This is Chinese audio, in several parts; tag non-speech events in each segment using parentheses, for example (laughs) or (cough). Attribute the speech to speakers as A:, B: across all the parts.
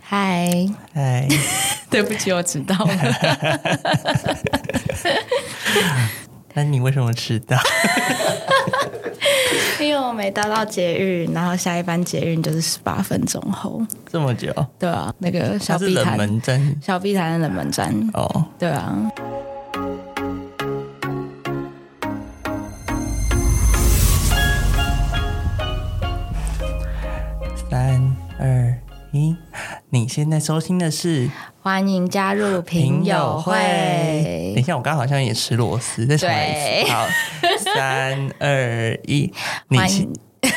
A: 嗨，
B: (laughs) 哎，
A: 对不起，我迟到了。
B: 那你为什么迟到？
A: (laughs)
B: (laughs)
A: 因为我没搭到捷运，然后下一班捷运就是十八分钟后。
B: 这么久？
A: 对啊，那个小
B: 它是
A: 碧
B: 冷
A: 潭，
B: 门站
A: 小碧潭的冷门站。
B: 哦。
A: 对啊，
B: 三二一，你现在收听的是
A: 欢迎加入评友
B: 等一
A: 会。
B: 下，我刚刚好像也吃螺丝，再重来一
A: 对
B: 次。好，三二一，
A: (laughs)
B: 你
A: 欢
B: 先
A: 迎，。 (laughs)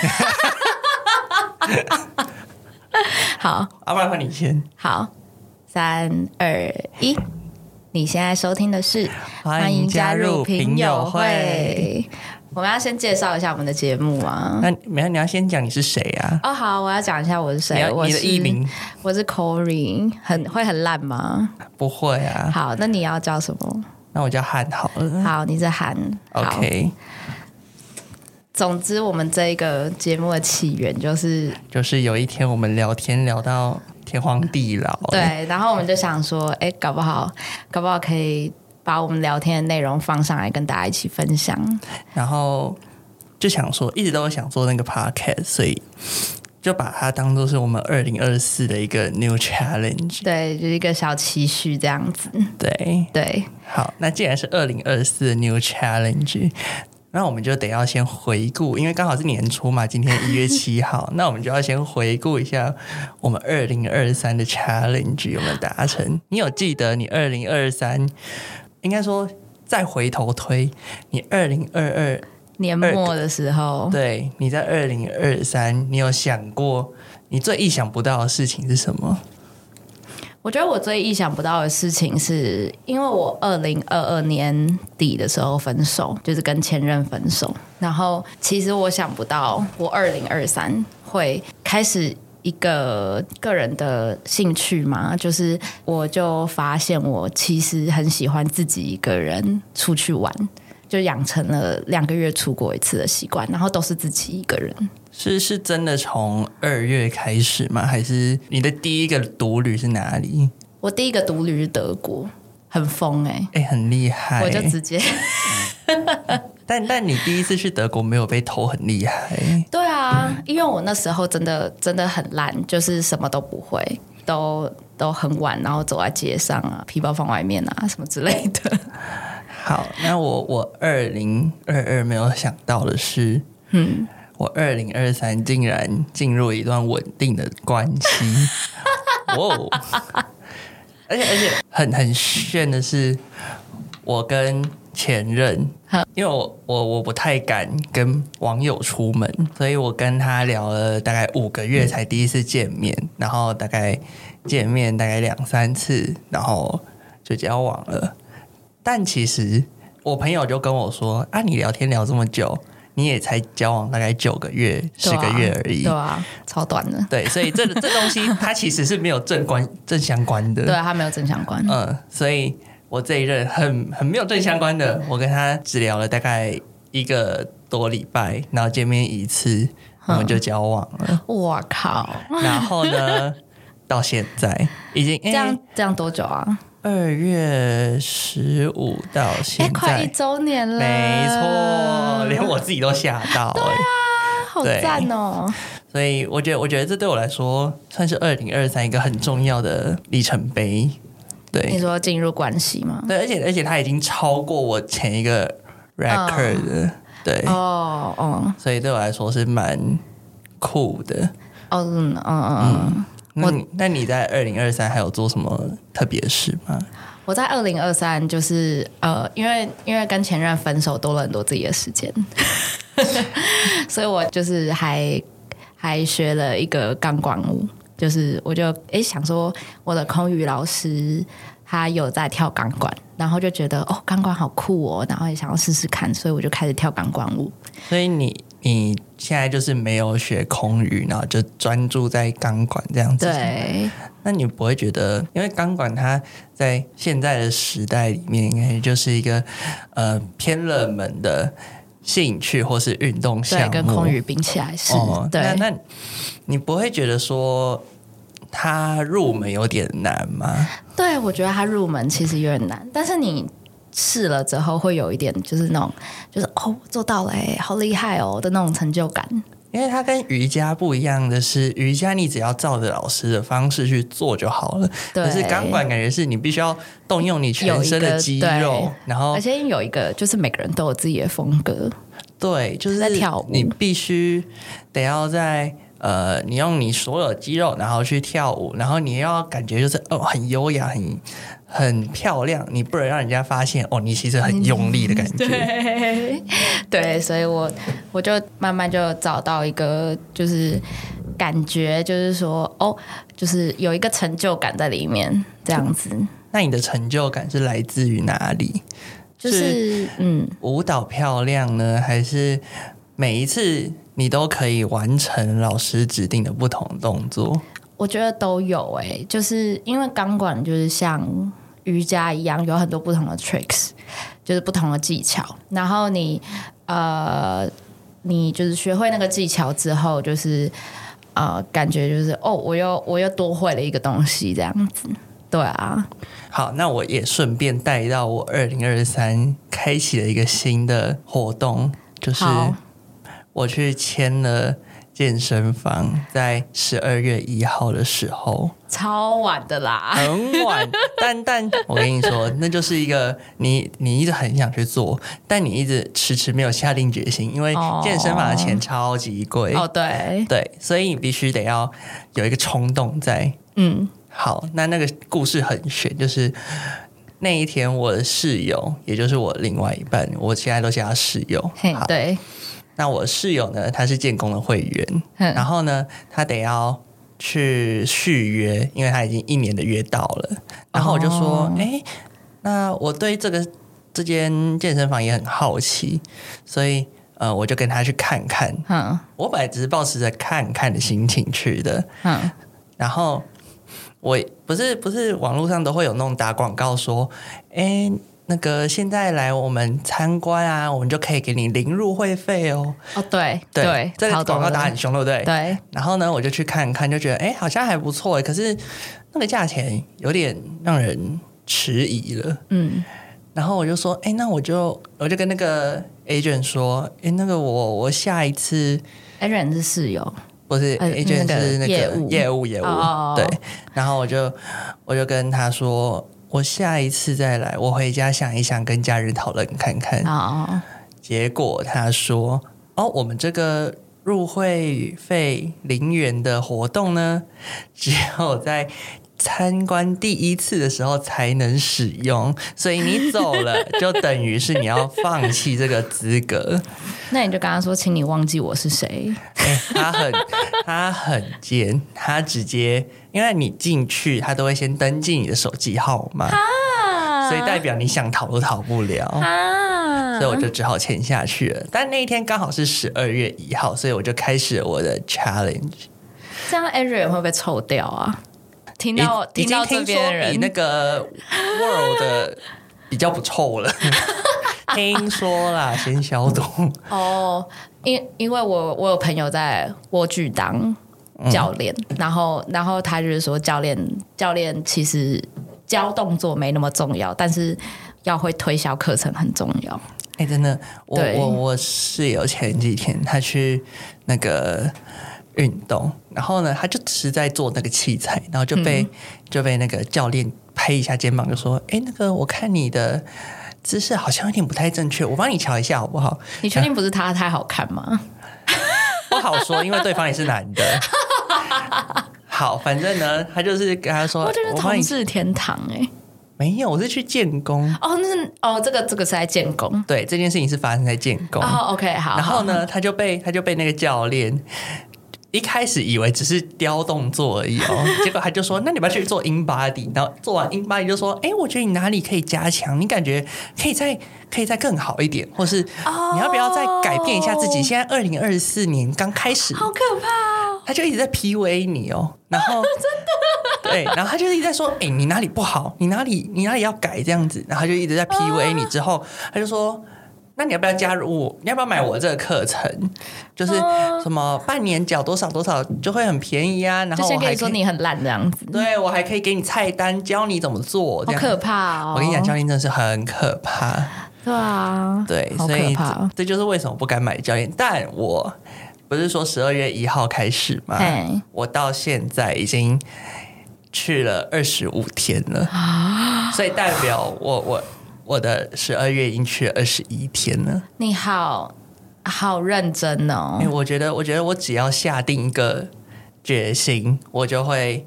A: 好
B: 啊要、不然换你先。
A: 好，三二一，你现在收听的是。
B: 欢迎加入评友会。。
A: 我们要先介绍一下我们的节目啊。
B: 那没有，你要先讲你是谁啊？
A: 哦，好，我要讲一下我是
B: 你
A: 谁。
B: 要
A: 我
B: 你
A: 是
B: 的艺名
A: 我是 Corey，很会很烂吗？
B: 不会啊？
A: 好，那你要叫什么？
B: 那我叫汉好了。
A: 好，你是韩。好
B: OK，
A: 总之，我们这一个节目的起源就是
B: 就是有一天我们聊天聊到天荒地老，，
A: 对，然后我们就想说，哎、搞不好，搞不好可以把我们聊天的内容放上来跟大家一起分享。
B: 然后就想说，一直都有想做那个 podcast，所以就把它当做是我们二零二四的一个 new challenge。
A: 对，就是一个小期许这样子。
B: 对，
A: 对，
B: 好，那既然是二零二四的 new challenge。那我们就得要先回顾，因为刚好是年初嘛，今天一月七号，那我们就要先回顾一下我们二零二三的 challenge 有没有达成。你有记得你二零二三，应该说再回头推，你二零二二
A: 年
B: 哎
A: 末的时候，
B: 对，你在二零二三，你有想过你最意想不到的事情是什么？
A: 我觉得我最意想不到的事情是，因为我二零二二年底的时候分手，就是跟前任分手。然后其实我想不到，我二零二三会开始一个个人的兴趣嘛，就是我就发现我其实很喜欢自己一个人出去玩。就养成了两个月出国一次的习惯，然后都是自己一个人。
B: 是是真的从二月开始吗？还是你的第一个独旅是哪里？
A: 我第一个独旅是德国，很疯哎、
B: 哎、很厉害。
A: 我就直接
B: 但但你第一次去德国没有被偷，很厉害。
A: 对啊，因为我那时候真的真的很烂，就是什么都不会，都都很晚，然后走在街上啊，皮包放外面啊，什么之类
B: (laughs)
A: 的。
B: 好，那我我二零二二没有想到的是，
A: 嗯，
B: 我二零二三竟然进入一段稳定的关系， (laughs) 哇哦！而且而且很很炫的是，我跟前任
A: 好，
B: 因为我我我不太敢跟网友出门，所以我跟他聊了大概五个月才第一次见面，然后大概见面大概两三次，然后就交往了。但其实我朋友就跟我说：“啊，你聊天聊这么久，你也才交往大概九个月、十
A: 对啊
B: 个月而已。
A: 对啊，超短的。
B: 对，所以这这
A: (laughs)
B: 东西它其实是没有正关正相关的。
A: 对啊，他没有正相关。
B: 嗯，所以我这一任很很没有正相关的，我跟他只聊了大概一个多礼拜，然后见面一次，我们就交往了。
A: 我靠，
B: 然后
A: (laughs)
B: 呢，到现在已经
A: 这样这样多久啊？
B: 二月十五到
A: 哎、
B: 现
A: 快一
B: 在，
A: 周年了，啊
B: 没错，连我自己都吓到、欸。
A: 好赞哦！
B: 所以我觉得，我觉得这对我来说算是二零二三一个很重要的里程碑。
A: 你
B: 对，
A: 说进入关系吗？
B: 对，而且而且它已经超过我前一个
A: 嗯
B: record 的，对，
A: 哦哦
B: 所以对我来说是蛮酷的。
A: 哦嗯嗯嗯。嗯
B: 那你那你在二零二三还有做什么特别的事吗？
A: 我在二零二三就是呃，因为因为跟前任分手，多了很多自己的时间， (laughs) 所以我就是还还学了一个钢管舞，就是我就诶想说我的空余老师他有在跳钢管，然后就觉得哦钢管好酷哦，然后也想要试试看，所以我就开始跳钢管舞。
B: 所以你你现在就是没有学空余，然后就专注在钢管这样子。，
A: 对，
B: 那你不会觉得，因为钢管它在现在的时代里面，应该就是一个呃偏热门的兴趣或是运动项
A: 对，
B: 目。
A: 跟空余比起来是，
B: 哦，
A: 对
B: 那那你不会觉得说，它入门有点难吗？
A: 对，我觉得它入门其实有点难，但是你试了之后会有一点就是那种就是哦我做到了哎、好厉害哦的那种成就感。
B: 因为它跟瑜伽不一样的是，瑜伽你只要照着老师的方式去做就好了。
A: 对
B: 可是钢管感觉是你必须要动用你全身
A: 有一
B: 的
A: 个
B: 肌
A: 对
B: 肉，然后
A: 而且有一个就是每个人都有自己的风格，
B: 对，就是
A: 在跳舞
B: 你必须得要在呃，你用你所有肌肉，然后去跳舞，然后你要感觉就是哦，很优雅，很很漂亮，你不能让人家发现哦，你其实很用力的感觉。
A: 嗯对，对，所以我我就慢慢就找到一个就是感觉，就是说哦，就是有一个成就感在里面，这样子，
B: 那你的成就感是来自于哪里？
A: 就是嗯，
B: 舞蹈漂亮呢，还是每一次你都可以完成老师指定的不同动作？
A: 我觉得都有诶、就是因为钢管就是像瑜伽一样，有很多不同的 tricks，就是不同的技巧，然后你呃，你就是学会那个技巧之后，就是呃，感觉就是哦，我又我又多会了一个东西，这样子。对啊，
B: 好，那我也顺便带到我二零二三开启了一个新的活动，就是
A: 好
B: 我去签了健身房，在十二月一号的时候，
A: 超晚的啦。
B: 很晚。 (laughs) 但但我跟你说，那就是一个你你一直很想去做，但你一直迟迟没有下定决心，因为
A: 哦
B: 健身房的钱超级贵，
A: 哦，对，
B: 对，所以你必须得要有一个冲动在。
A: 嗯，
B: 好，那那个故事很悬，就是那一天我的室友，也就是我另外一半，我现在都叫他室友。
A: 嘿，
B: 好，
A: 对，
B: 那我室友呢，他是建工的会员，
A: 嗯
B: 然后呢，他得要去续约，因为他已经一年的约到了。然后我就说
A: 哦，
B: 哎、那我对这个这间健身房也很好奇，所以呃，我就跟他去看看。
A: 嗯
B: 我本来只是抱持着看看的心情去的，
A: 嗯，
B: 然后我不是不是网络上都会有那种打广告说，哎，那个现在来我们参观啊，我们就可以给你零入会费哦。
A: 哦，对
B: 对，
A: 对，
B: 这个
A: 超
B: 广告
A: 多的
B: 打很欸凶，对不对？
A: 对，
B: 然后呢，我就去看看，就觉得哎，诶好像还不错，可是那个价钱有点让人迟疑了。
A: 嗯，
B: 然后我就说，哎，那我就我就跟那个 agent 说，哎，那个我我下一次。
A: 艾人是室友，
B: 不是
A: 呃那
B: agent
A: 个
B: 是那个
A: 业务
B: 业务业务
A: 哦
B: 对，然后我就我就跟他说，我下一次再来，我回家想一想，跟家人讨论看看。
A: 哦，
B: 结果他说，哦，我们这个入会费零元的活动呢， (laughs) 只有在。参观第一次的时候才能使用，所以你走了就等于是你要放弃这个资格。 (laughs)
A: 那你就跟他说，请你忘记我是谁。
B: 欸他很他很尖，他直接因为你进去，他都会先登记你的手机号码，
A: 啊
B: 所以代表你想逃都逃不了。
A: 啊
B: 所以我就只好签下去了。但那一天刚好是十二月一号，所以我就开始了我的 challenge。
A: 这样艾人会被抽掉啊？听
B: 已
A: 到
B: 已
A: 听
B: 经
A: 到
B: 听
A: 这
B: 说
A: 边的
B: 比
A: 人，
B: 那个 world 的比较不
A: (laughs)
B: 臭了，听说啦，先消毒。
A: 哦，因因为我我有朋友在蜗居当教练，
B: 嗯
A: 然后然后他就是说教练教练其实教动作没那么重要，但是要会推销课程很重要。
B: 哎、真的，我
A: 对
B: 我我室友前几天他去那个运动，然后呢，他就只是在做那个器材，然后就被、
A: 嗯
B: 就被那个教练拍一下肩膀，就说：“哎、那个我看你的姿势好像有点不太正确，我帮你瞧一下好不好 (laughs)
A: 你确定不是他太好看吗？？”
B: 不好说，因为对方也是男的。 (laughs) 好，反正呢，他就是跟他说：“
A: 我觉得
B: 帮
A: 同
B: 你
A: 志天堂哎、
B: 没有，我是去建工。
A: 哦，那是哦，这个这个是在建工”
B: 对，这件事情是发生在建工。
A: 哦，OK，好，
B: 然后
A: 好？
B: 呢，他就被他就被那个教练一开始以为只是雕动作而已
A: (laughs)
B: 哦，结果他就说：“那你不要去做 in body。”然后做完 in body 就说：“哎，我觉得你哪里可以加强？你感觉可以再可以再更好一点，或是
A: 哦
B: 你要不要再改变一下自己？现在二零二四年刚开始，
A: 好可怕哦！
B: 他就一直在 PUA 你哦，然
A: (laughs)
B: 后真的 (laughs) 对，然后他就一直在说，哎、你
A: 啊
B: 哪里不好，你哪里你哪里要改这样子，然后他就一直在 PUA 你，之后他就说。那你要不要加入我？你要不要买我这个课程？就是
A: 啊
B: 什么半年缴多少多少就会很便宜啊。然
A: 就
B: 后
A: 先
B: 我
A: 跟
B: 还
A: 你说
B: 可以，
A: 你很烂这样子，
B: 对我还可以给你菜单，教你怎么做。
A: 好
B: 这样
A: 可怕哦！
B: 我跟你讲，教练真的是很可怕。
A: 对啊，
B: 对，
A: 好
B: 所
A: 可
B: 以
A: 怕
B: 这
A: 哦。
B: 这就是为什么不敢买教练。但我不是说十二月一号开始吗
A: 嘿？
B: 我到现在已经去了二十五天了，
A: 啊
B: 所以代表我我我的十二月已经去了二十一天了。
A: 你好好认真哦
B: 哎、，我觉得，我觉得我只要下定一个决心，我就会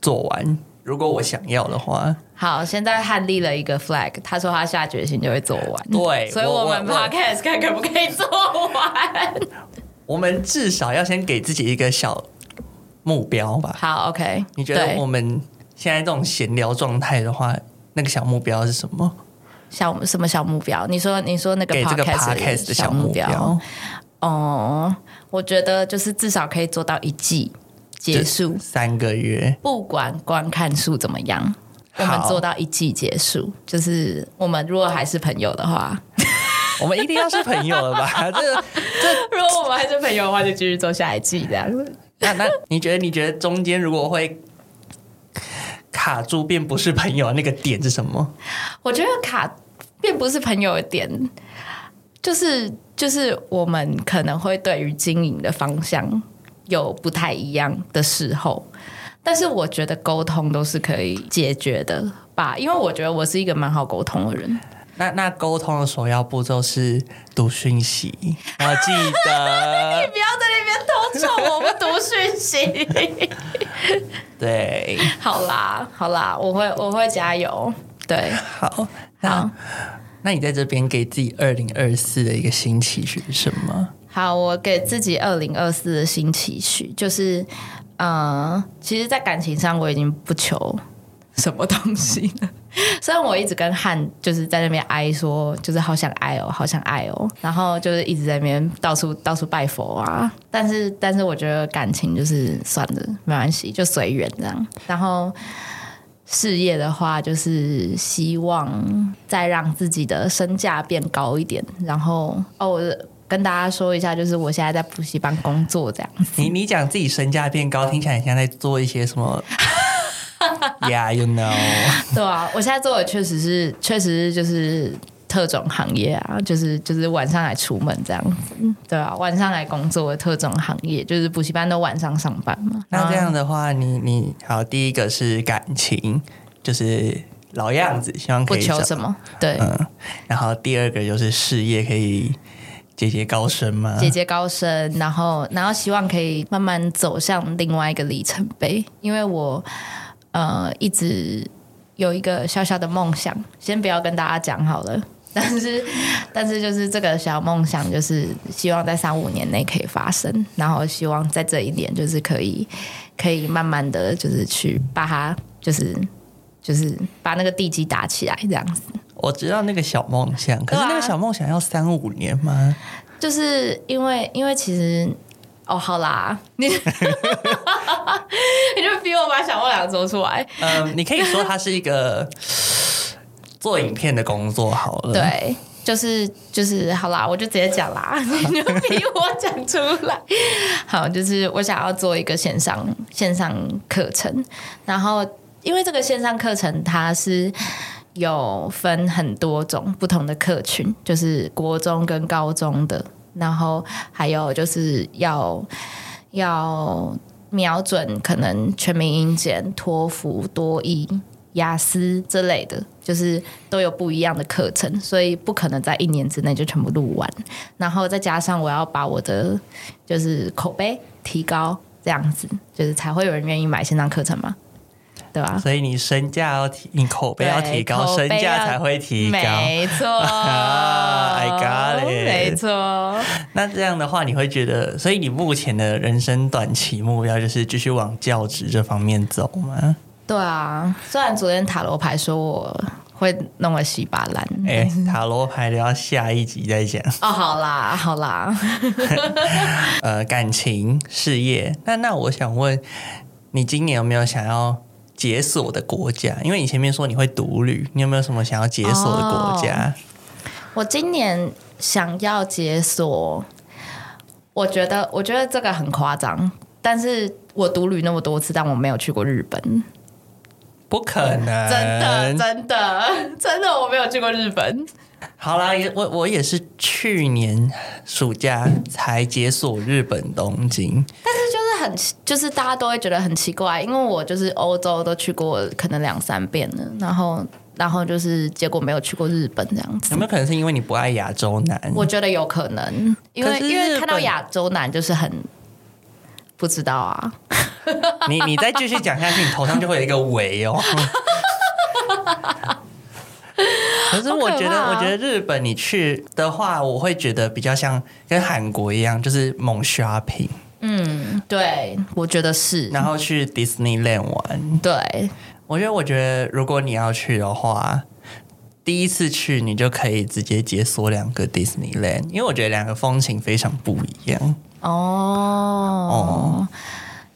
B: 做完。如果我想要的话，
A: 好，现在汉立了一个 flag，他说他下决心就会做完。
B: 对
A: 嗯所以
B: 我
A: 我
B: 我
A: 们
B: 我
A: podcast 看可不可以做
B: (laughs)
A: 完。
B: 我们至少要先给自己一个小目标吧。
A: 好，OK，
B: 你觉得
A: 对
B: 我们现在这种闲聊状态的话，那个小目标是什么？
A: 小什么小目标？你说你说那个
B: 给这个
A: podcast
B: podcast 的
A: 的
B: 小
A: 小
B: 目
A: 目
B: 标
A: 标？哦，我觉得就是至少可以做到一季结束
B: 就，三个月，
A: 不管观看数怎么样，
B: 好
A: 我们做到一季结束。就是我们如果还是朋友的话，
B: 我们一定要是朋友了吧？这个
A: (laughs) 如果我们还是朋友的话，就继续做下一季这样子。
B: 那那你觉得你觉得中间如果会卡住变不是朋友的那个点是什么？
A: 我觉得卡并不是朋友的点，就是就是我们可能会对于经营的方向有不太一样的时候，但是我觉得沟通都是可以解决的吧，因为我觉得我是一个蛮好沟通的 (laughs) 人。
B: 那那沟通的首要步骤是读讯息，我记
A: 你 (laughs)
B: 得
A: 不要在那边偷臭，我不读讯息。
B: 对。
A: (laughs) 好啦，好啦，我会我会加油。对，
B: 好，那
A: 好
B: 那你在这边给自己二零二四的一个新期许是什么？
A: 好，我给自己二零二四的新期许就是，呃，其实，在感情上我已经不求什么东西了。 (laughs) 虽然我一直跟汉就是在那边哀说，就是好想爱哦，好想爱哦，然后就是一直在那边到处到处拜佛啊，但是但是我觉得感情就是算了，没关系，就随缘这样。然后事业的话，就是希望再让自己的身价变高一点。然后哦，我跟大家说一下，就是我现在在补习班工作这样 (laughs) 子。
B: 你你讲自己身价变高，听起来很像在做一些
A: (laughs)
B: 什么？Yeah, you know，
A: 对啊，我现在做的确实是，确实是就是特种行业啊，就是就是晚上来出门这样子，
B: 嗯
A: 对啊，晚上来工作的特种行业，就是补习班都晚上上班嘛。
B: 那这
A: 然后
B: 样的话，你你好，第一个是感情，就是老样子，希望
A: 不
B: 可以
A: 求
B: 找
A: 什么，对，
B: 嗯，然后第二个就是事业可以节节高升嘛，
A: 节节高升，然后然后希望可以慢慢走向另外一个里程碑，因为我呃一直有一个小小的梦想，先不要跟大家讲好了。 (laughs) 但是，但是就是这个小梦想，就是希望在三五年内可以发生，然后希望在这一年就是可以，可以慢慢的就是去把它，就是就是把那个地基打起来，这样子。
B: 我知道那个小梦想，可
A: 对
B: 是
A: 啊
B: 那个小梦想要三五年吗？
A: 就是因为因为其实哦，好啦， (laughs) 你你就逼我把小梦想说出来。
B: 嗯，你可以说它是一个做影片的工作好
A: (laughs)
B: 了。，
A: 对，就是就是好啦，我就直接讲 (laughs) 啦，你就逼我讲出来。好，就是我想要做一个线上线上课程，然后因为这个线上课程它是。有分很多种不同的客群，就是国中跟高中的，然后还有就是要要瞄准可能全民英检、托福、多益、雅思之类的，就是都有不一样的课程，所以不可能在一年之内就全部录完。然后再加上我要把我的就是口碑提高，这样子就是才会有人愿意买线上课程嘛，对吧？
B: 所以你身价要提，你口碑要提高，
A: 对口
B: 身
A: 碑要
B: 价才会提高。
A: 没错
B: I got it
A: 没错。
B: 那这样的话，你会觉得，所以你目前的人生短期目标就是继续往教职这方面走吗？
A: 对啊，虽然昨天塔罗牌说我会弄个稀巴烂。
B: 哎、塔罗牌留到下一集再讲。
A: 哦，好啦，好啦，
B: 呃，感情、事业，那那我想问，你今年有没有想要解锁的国家？因为你
A: 哦
B: 前面说你会独旅，你有没有什么想要解锁的国家？
A: 我今年想要解锁，我觉得我觉得这个很夸张，但是我独旅那么多次，但我没有去过日本，
B: 不可能，
A: 真的真的真的我没有去过日本，
B: 好啦，也我我也是去年暑假才解锁日本东京，
A: 但是就是很奇就是大家都会觉得很奇怪，因为我就是欧洲都去过可能两三遍了，然后然后就是结果没有去过日本这样子
B: 有。没有可能是因为你不爱亚洲男？
A: 我觉得有可能，因为
B: 可是
A: 因为
B: 日
A: 看到
B: 本
A: 亚洲男就是很不知道啊，
B: (laughs) 你你再继续讲下去，你头上就会有一个围哦。 (laughs) 可是我觉
A: 好可
B: 得，
A: 怕哦
B: 我觉得日本你去的话，我会觉得比较像跟韩国一样，就是猛 shopping，嗯
A: 对，我觉得是，
B: 然后去 Disneyland 玩。
A: 对，
B: 我觉得，我觉得如果你要去的话，第一次去你就可以直接解锁两个 Disneyland，因为我觉得两个风情非常不一样。
A: 哦，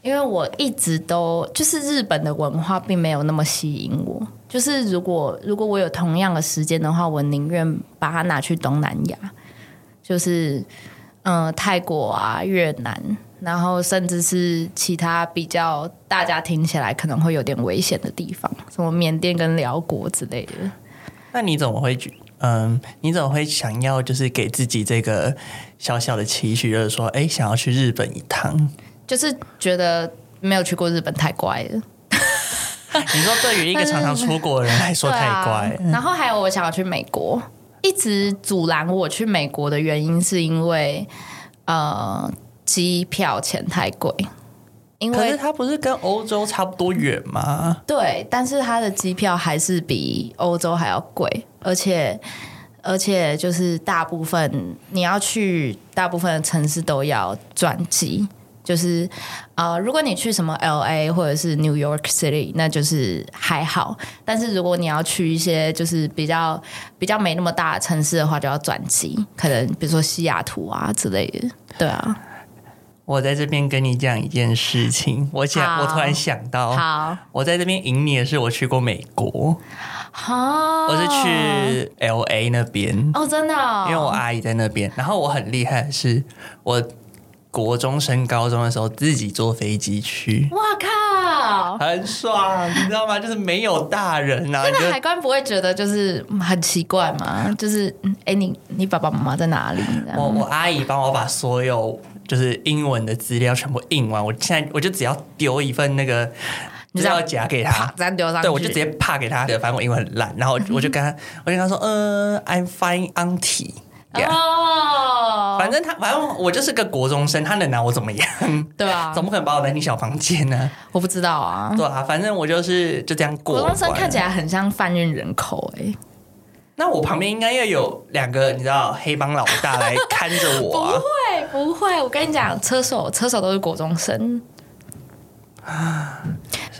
A: 因为我一直都就是日本的文化并没有那么吸引我，就是如果如果我有同样的时间的话，我宁愿把它拿去东南亚，就是嗯、呃泰国啊、越南。然后，甚至是其他比较大家听起来可能会有点危险的地方，什么缅甸跟辽国之类的。
B: 那你怎么会觉？嗯，你怎么会想要就是给自己这个小小的期许，就是说，哎，想要去日本一
A: (laughs)
B: 趟？
A: 就是觉得没有去过日本太怪了，
B: 你说对于一个常常出国的人来说
A: 对
B: 太
A: 啊
B: 怪，嗯
A: 然后还有我想要去美国，一直阻拦我去美国的原因是因为呃机票钱太贵，因
B: 可是
A: 为
B: 它不是跟欧洲差不多远吗？
A: 对，但是它的机票还是比欧洲还要贵，而且。而且就是大部分你要去大部分的城市都要转机，就是呃，如果你去什么 L A 或者是 New York City，那就是还好。但是如果你要去一些就是比较比较没那么大的城市的话，就要转机，可能比如说西雅图啊之类的。对啊，
B: 我在这边跟你讲一件事情，我想
A: 好
B: 我突然想到，
A: 好，
B: 我在这边赢你的是我去过美国，
A: 好，
B: 我是去 L A 那边，
A: 哦，真的哦、
B: 因为我阿姨在那边。然后我很厉害的是，我国中升高中的时候自己坐飞机去。
A: 哇靠，
B: (laughs) 很爽，你知道吗？就是没有大人啊，你
A: 那海
B: 就
A: 关不会觉得就是嗯很奇怪吗？就是嗯哎、你你爸爸妈妈在哪里？这样
B: 我我阿姨帮我把所有就是英文的资料全部印完，我现在我就只要丢一份那个
A: 你
B: 资
A: 知道
B: 料夹给她。
A: 咱丢上去，
B: 对，我就直接啪给她。反正我英文很烂，
A: (laughs)
B: 然后我就跟她，我就跟她说，嗯、i m fine, auntie。Yeah.
A: 哦，
B: 反正她，反正我就是个国中生，她能拿我怎
A: (laughs)
B: 么样？
A: 对啊，
B: 总不可能把我带进小房间呢、
A: 我不知道啊。
B: 对啊，反正我就是就这样过
A: 国
B: 关。
A: 中生看起来很像贩运人口哎、
B: 那我旁边应该要有两个，你知道黑帮老大来看着我、啊。
A: 会 (laughs) 不会？我跟你讲，车手车手都是国中生，
B: 啊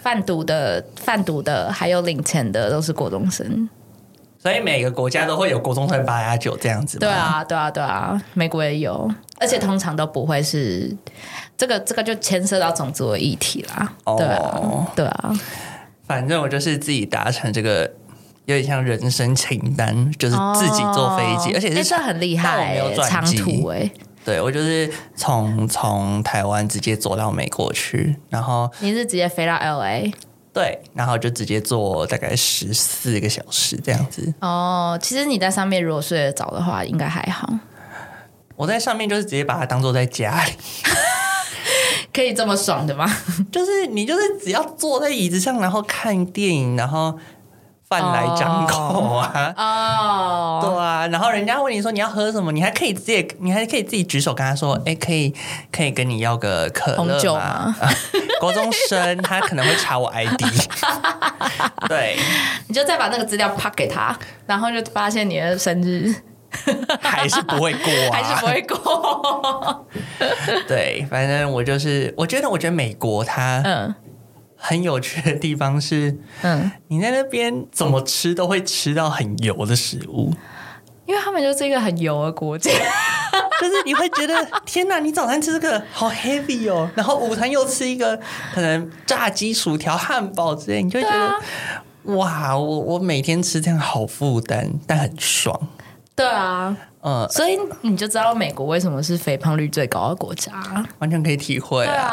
A: 贩毒的贩毒的，还有领钱的都是国中生。
B: 所以每个国家都会有国中生八加九这样子。
A: 对，啊，对啊，对啊，美国也有，而且通常都不会是这个这个就牵涉到种族的议题啦。
B: 哦
A: 对啊，对啊，
B: 反正我就是自己达成这个，有点像人生清单，就是自己坐飞机，
A: 哦
B: 而且
A: 诶
B: 是
A: 这很厉害、
B: 但我没有转
A: 长
B: 机
A: 途哎、
B: 对我就是从从台湾直接坐到美国去，然后
A: 你是直接飞到 L A
B: 对，然后就直接坐大概十四个小时这样子。
A: 哦？其实你在上面如果睡得着的话，应该还好，
B: 我在上面就是直接把它当做在家里， (laughs)
A: 可以这么爽的吗？
B: 就是你就是只要坐在椅子上，然后看电影，然后饭来张口啊。
A: (laughs) 哦、
B: 对啊，然后人家问你说你要喝什么，你还可以自己，你还可以自己举手跟他说，哎，可以可以跟你要个可
A: 红
B: 乐
A: 酒
B: 吗
A: 吗？
B: 啊国中生他可能会查我 ID，对，
A: 你就再把那个资料啪给他，然后就发现你的生日
B: 还是不会过啊，
A: 还是不会过。
B: 对，反正我就是，我觉得我觉得美国它
A: (laughs) 嗯
B: 很有趣的地方是，
A: 嗯，
B: 你在那边怎么吃都会吃到很油的食物，
A: 因为他们就是一个很油的国家，
B: (laughs) 就是你会觉得天哪，你早餐吃这个好 heavy 哦，然后午餐又吃一个可能炸鸡、薯条、汉堡之类，你就
A: 啊
B: 会觉得、哇，我我每天吃这样好负担，但很爽。
A: 对啊，
B: 呃，
A: 所以你就知道美国为什么是肥胖率最高的国家。
B: 完全可以体会啊。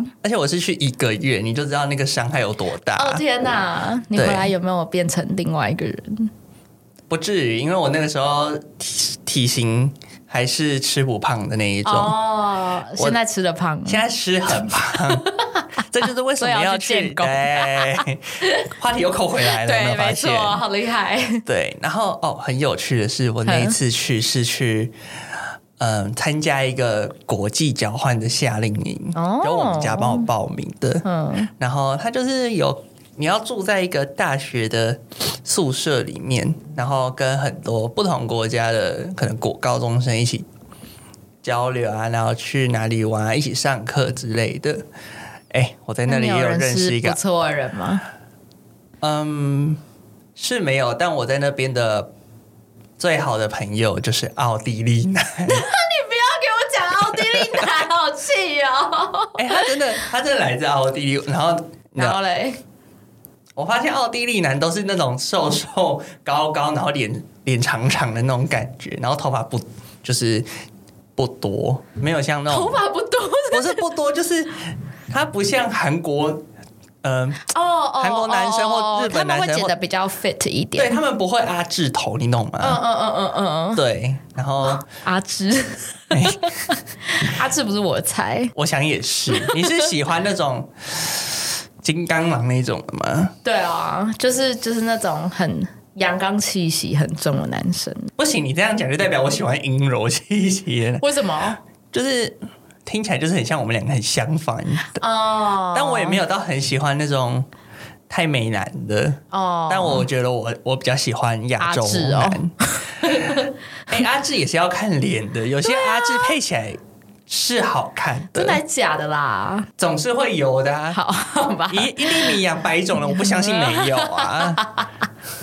A: 啊，
B: 而且我是去一个月，你就知道那个伤害有多大。
A: 哦天哪！你回来有没有变成另外一个人？
B: 不至于，因为我那个时候体体型还是吃不胖的那一种，
A: 哦，
B: 我
A: 现在吃的胖了，
B: 现在吃
A: (laughs)
B: 很胖。这就是为什
A: 所
B: 么
A: 以要
B: 要
A: 去
B: 去
A: 健功
B: 对，
A: (laughs)
B: 话题又扣回来了，
A: 对，
B: 有没有发
A: 没错，
B: 现？
A: 好厉害。
B: 对，然后哦，很有趣的是，我那一次去是去。嗯，参加一个国际交换的夏令营，
A: 哦
B: 然后我们家帮我报名的。
A: 嗯，
B: 然后他就是有你要住在一个大学的宿舍里面，然后跟很多不同国家的可能国高中生一起交流啊，然后去哪里玩啊，一起上课之类的。哎，我在那里也
A: 你有
B: 认识一
A: 是
B: 个
A: 不错的人吗？
B: 嗯，是没有，但我在那边的最好的朋友就是奥地利男。
A: 你不要给我讲奥地利男，好气哦。
B: (laughs) 哎、他真的，他真的来自奥地利。然后，
A: 然
B: 然
A: 后
B: 后
A: 嘞，
B: 我发现奥地利男都是那种瘦瘦高高，然后脸脸长长的那种感觉，然后头发不就是不多，没有像那
A: 头
B: 种
A: 发不多
B: 不是不多，就是他不像韩国，嗯、
A: 哦哦，
B: 韩国男生
A: 哦
B: 或日本男
A: 他们
B: 生
A: 会
B: 或
A: 剪的比较 fit 一点
B: 对。他们不会阿智头，你懂
A: 嗯
B: 吗？
A: 嗯嗯嗯嗯嗯，
B: 对，然后。
A: 阿 (laughs) 志，阿志不是我的菜，
B: 我想也是。 (laughs) 你是喜欢那种金刚狼那种的吗？
A: 对啊，就是就是那种很阳刚气息很重的男生，
B: 不行，你这样讲就代表我喜欢阴柔气息了，
A: 为什么？
B: 就是听起来就是很像我们两个很相反。
A: 哦，
B: 但我也没有到很喜欢那种太美男的，
A: 哦，
B: 但我觉得我我比较喜欢亚洲
A: 阿志哦
B: 男。哎、阿志也是要看脸的，有些阿志配起来是好看的，
A: 真的还假的啦？
B: 总是会有的、啊。
A: 好，好吧，
B: 一一粒米养百种人，我不相信没有啊。
A: (laughs)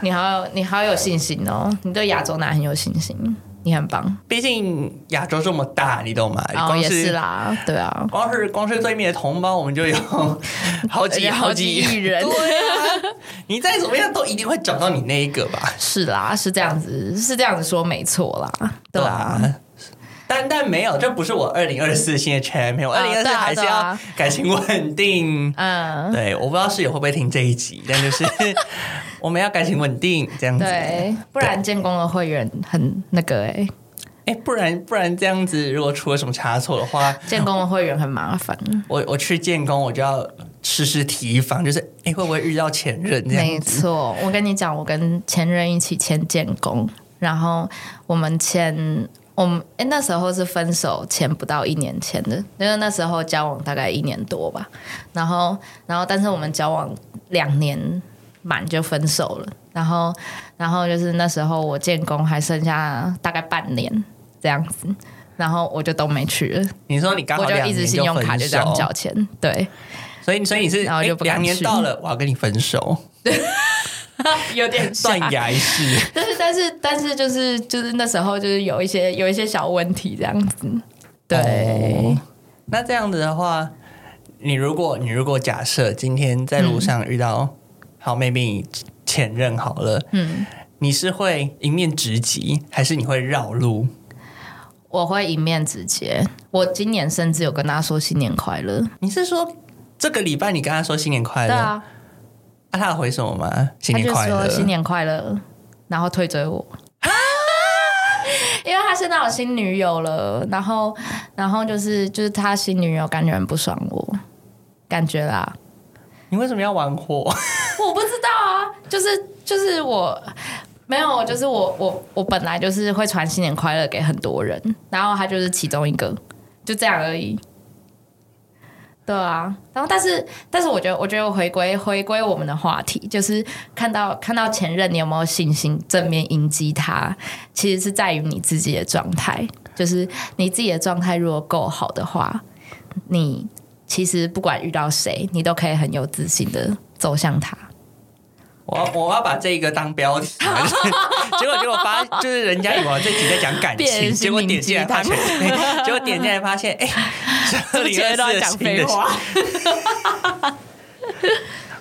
A: 你好，你好有信心哦，你对亚洲男很有信心，你很棒。
B: 毕竟亚洲这么大，你懂吗？
A: 哦，
B: 哎光
A: 也是
B: 是
A: 啦，对啊，
B: 光是光是对面的同胞，我
A: (laughs)
B: 们就有好几
A: 有好几亿人
B: (laughs) 对啊，你再怎么样都一定会找到你那一个吧？
A: 是啦，是这样子，是这样子说没错啦，对啊，
B: 啊。但但没有，这不是我二零二四新的 champion，我二零二
A: 对
B: 四
A: 啊
B: 还是
A: 对
B: 要
A: 啊
B: 感情稳定。
A: 嗯，
B: 对，我不知道室友会不会听这一集，
A: (laughs)
B: 但就是我们要感情稳定这样子。
A: 对，不然建工的会员很那个哎、
B: 哎，不然不然这样子，如果出了什么差错的话，
A: 建工的会员很麻烦，
B: 我我去建工，我就要时时提防，就是哎、诶会不会遇到前任这
A: 没
B: 样子？
A: 错。我跟你讲，我跟前任一起签建工，然后我们签。我们哎、那时候是分手前不到一年前的，因为那时候交往大概一年多吧，然后，然后，但是我们交往两年满就分手了。然后，然后就是那时候我建工还剩下大概半年这样子，然后我就都没去了，
B: 你说你刚好
A: 我就
B: 两
A: 一
B: 年
A: 直信
B: (laughs)
A: 用卡
B: 分
A: 就这样
B: 手
A: 交钱。对，
B: (laughs)
A: (laughs)
B: 所以所以你是
A: 然后就
B: 诶
A: 不敢
B: 两、年
A: 去
B: 到了，我要跟你
A: (laughs)
B: 分手，
A: 有点像
B: 断崖式。
A: (laughs) 但是但是但是就是就是那时候就是有一些有一些小问题这样子。对，
B: 哦那这样子的话，你如果你如果假设今天在路上遇到、好 maybe 你前任好了，
A: 嗯，
B: 你是会迎面直击，还是你会绕路？
A: 我会一面直接。我今年甚至有跟他说新年快乐。
B: 你是说这个礼拜你跟他说新年快
A: 对
B: 乐，
A: 啊，
B: 啊他有回什么吗？新
A: 他
B: 年
A: 就
B: 快乐，
A: 说新年快乐，然后退追我。 (laughs) 因为他现在有新女友了，然后，然后就是就是他新女友感觉很不爽我，感觉啦，
B: 你为什么要玩火？
A: (laughs) 我不知道啊，就是就是我没有，就是我我我本来就是会传新年快乐给很多人，然后他就是其中一个，就这样而已。对啊，然后但是但是我觉得我觉得回归回归我们的话题，就是看到看到前任，你有没有信心正面迎击他，其实是在于你自己的状态，就是你自己的状态如果够好的话，你其实不管遇到谁，你都可以很有自信的走向他。
B: 我要我要把这个当
A: (laughs)
B: 标题，结果结果发就是人家以为我这集在讲感
A: 变
B: 情，
A: 成
B: 结果点进来发现，结果点进来发
A: (laughs)
B: 现， (laughs) 哎、这
A: 这
B: 里
A: 些都在讲废话。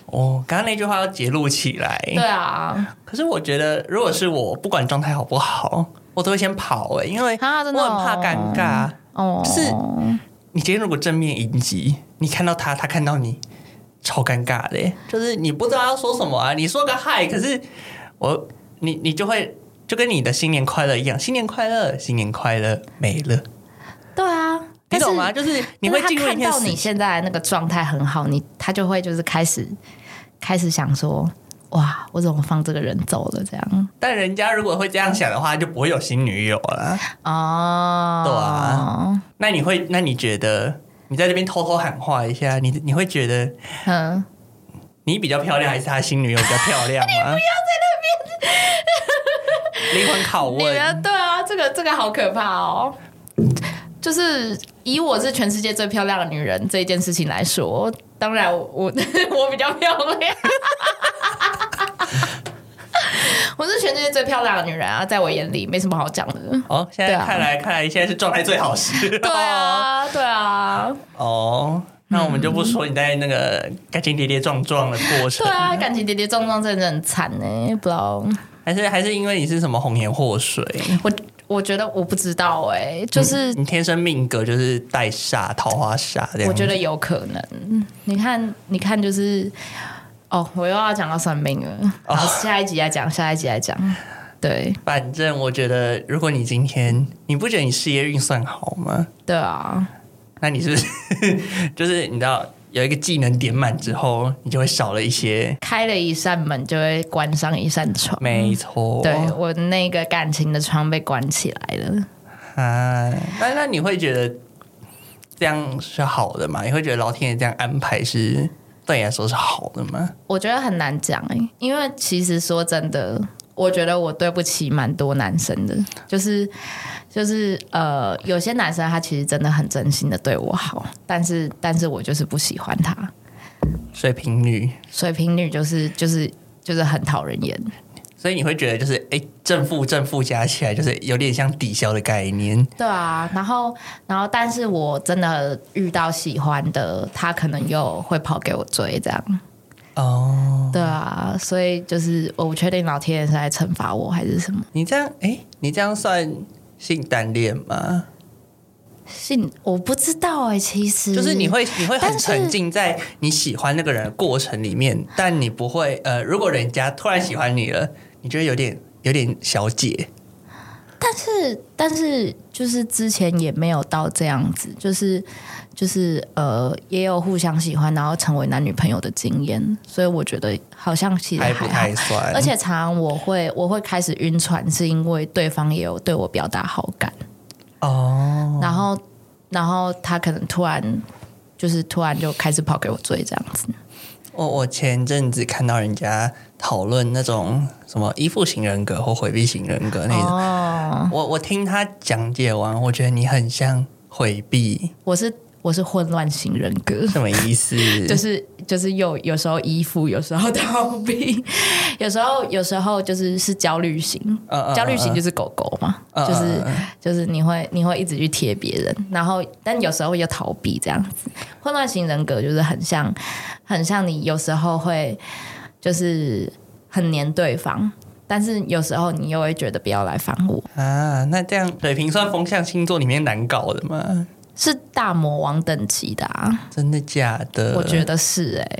B: 哦，刚刚那句话要截录起来。
A: 对啊，
B: 可是我觉得，如果是我，不管状态好不好，我都会先跑哎、因为
A: 啊
B: 我
A: 真
B: 很
A: 的哦
B: 怕尴尬。
A: 哦，
B: 是你今天如果正面迎击，你看到他，他看到你，超尴尬的欸、就是你不知道要说什么啊。你说个嗨，可是我你你就会就跟你的新年快乐一样，新年快乐，新年快乐没了，
A: 对啊，
B: 你
A: 但是
B: 懂吗？就是你会
A: 但是
B: 进入
A: 他
B: 一
A: 看
B: 片
A: 到
B: 死
A: 你现在那个状态很好，你他就会就是开始开始想说，哇，我怎么放这个人走了这样？
B: 但人家如果会这样想的话，就不会有新女友了。
A: 哦，
B: 对啊，那你会？那你觉得你在这边偷偷喊话一下，你你会觉得
A: 嗯，
B: 你比较漂亮，还是他新女友比较
A: (laughs)
B: 漂亮吗？你不要在那边灵魂拷
A: 你
B: 问。
A: 们对啊，这个这个好可怕哦。就是以我是全世界最漂亮的女人这一件事情来说，当然我 (laughs) 我我比较漂亮， (laughs) 我是全世界最漂亮的女人啊，在我眼里没什么好讲的。
B: 哦，现
A: 对
B: 在
A: 啊
B: 看来，看来现在是状态最好时。
A: 对啊，对啊，
B: (laughs) 哦，那我们就不说你在那个感情跌跌撞撞的过程
A: 对，啊，感情跌跌撞撞真的很惨呢、不知道。
B: 还是还是因为你是什么红颜祸水，
A: 我我觉得我不知道哎、就是
B: 你天生命格就是带煞、桃花煞这样。
A: 我觉得有可能。嗯你看，你看，就是哦，我又要讲到算命了，
B: 哦
A: 好，下一集再讲，下一集再讲。对
B: 反正我觉得，如果你今天你不觉得你事业运算好吗？
A: 对啊，
B: 那你是不是 (laughs) 就是你知道有一个技能点满之后，你就会少了一些。
A: 开了一扇门就会关上一扇窗。
B: 没错，
A: 对我那个感情的窗被关起来了，
B: 啊，
A: 哎
B: 那那你会觉得这样是好的吗？你会觉得老天爷这样安排是对你来说是好的吗？
A: 我觉得很难讲哎、因为其实说真的，我觉得我对不起蛮多男生的，就是就是呃，有些男生他其实真的很真心的对我好，但是但是我就是不喜欢他，
B: 水瓶女，
A: 水瓶女就是就是就是很讨人厌，
B: 所以你会觉得就是哎、正负正负加起来就是有点像抵消的概念。
A: 对啊，然后然后但是我真的遇到喜欢的，他可能又会跑给我追这样，
B: 哦，
A: 对啊，所以就是我不确定老天爷是在惩罚我还是什么
B: 你这样哎、你这样算性单恋吗？
A: 信，我不知道哎、其实
B: 就是你会你会
A: 但
B: 很
A: 是
B: 沉浸在你喜欢那个人的过程里面，但你不会呃，如果人家突然喜欢你了，你觉得有点有点小姐
A: 但是但是就是之前也没有到这样子，就是就是呃，也有互相喜欢，然后成为男女朋友的经验，所以我觉得好像其实
B: 还
A: 还
B: 不
A: 好。
B: 太算，
A: 而且常常我会我会开始晕船，是因为对方也有对我表达好感，
B: 哦，
A: 然后然后他可能突然就是突然就开始跑给我追这样子。
B: 我哦我前阵子看到人家讨论那种什么依附型人格或回避型人格那种，
A: 哦，
B: 我我听他讲解完，我觉得你很像回避，
A: 我是我是混乱型人格。
B: 什么意思？
A: (laughs) 就是就是有有时候依附，有时候逃避， (laughs) 有时候有时候就是是焦虑型，
B: 嗯嗯
A: 焦虑型就是狗狗嘛，
B: 嗯嗯
A: 就是
B: 嗯嗯
A: 就是你会你会一直去贴别人，然后但有时候又逃避这样子。混乱型人格就是很像很像你有时候会就是很黏对方，但是有时候你又会觉得不要来烦我，
B: 啊，那这样水瓶算风象星座里面难搞的吗？
A: 是大魔王等级的、啊，
B: 真的假的？
A: 我觉得是哎、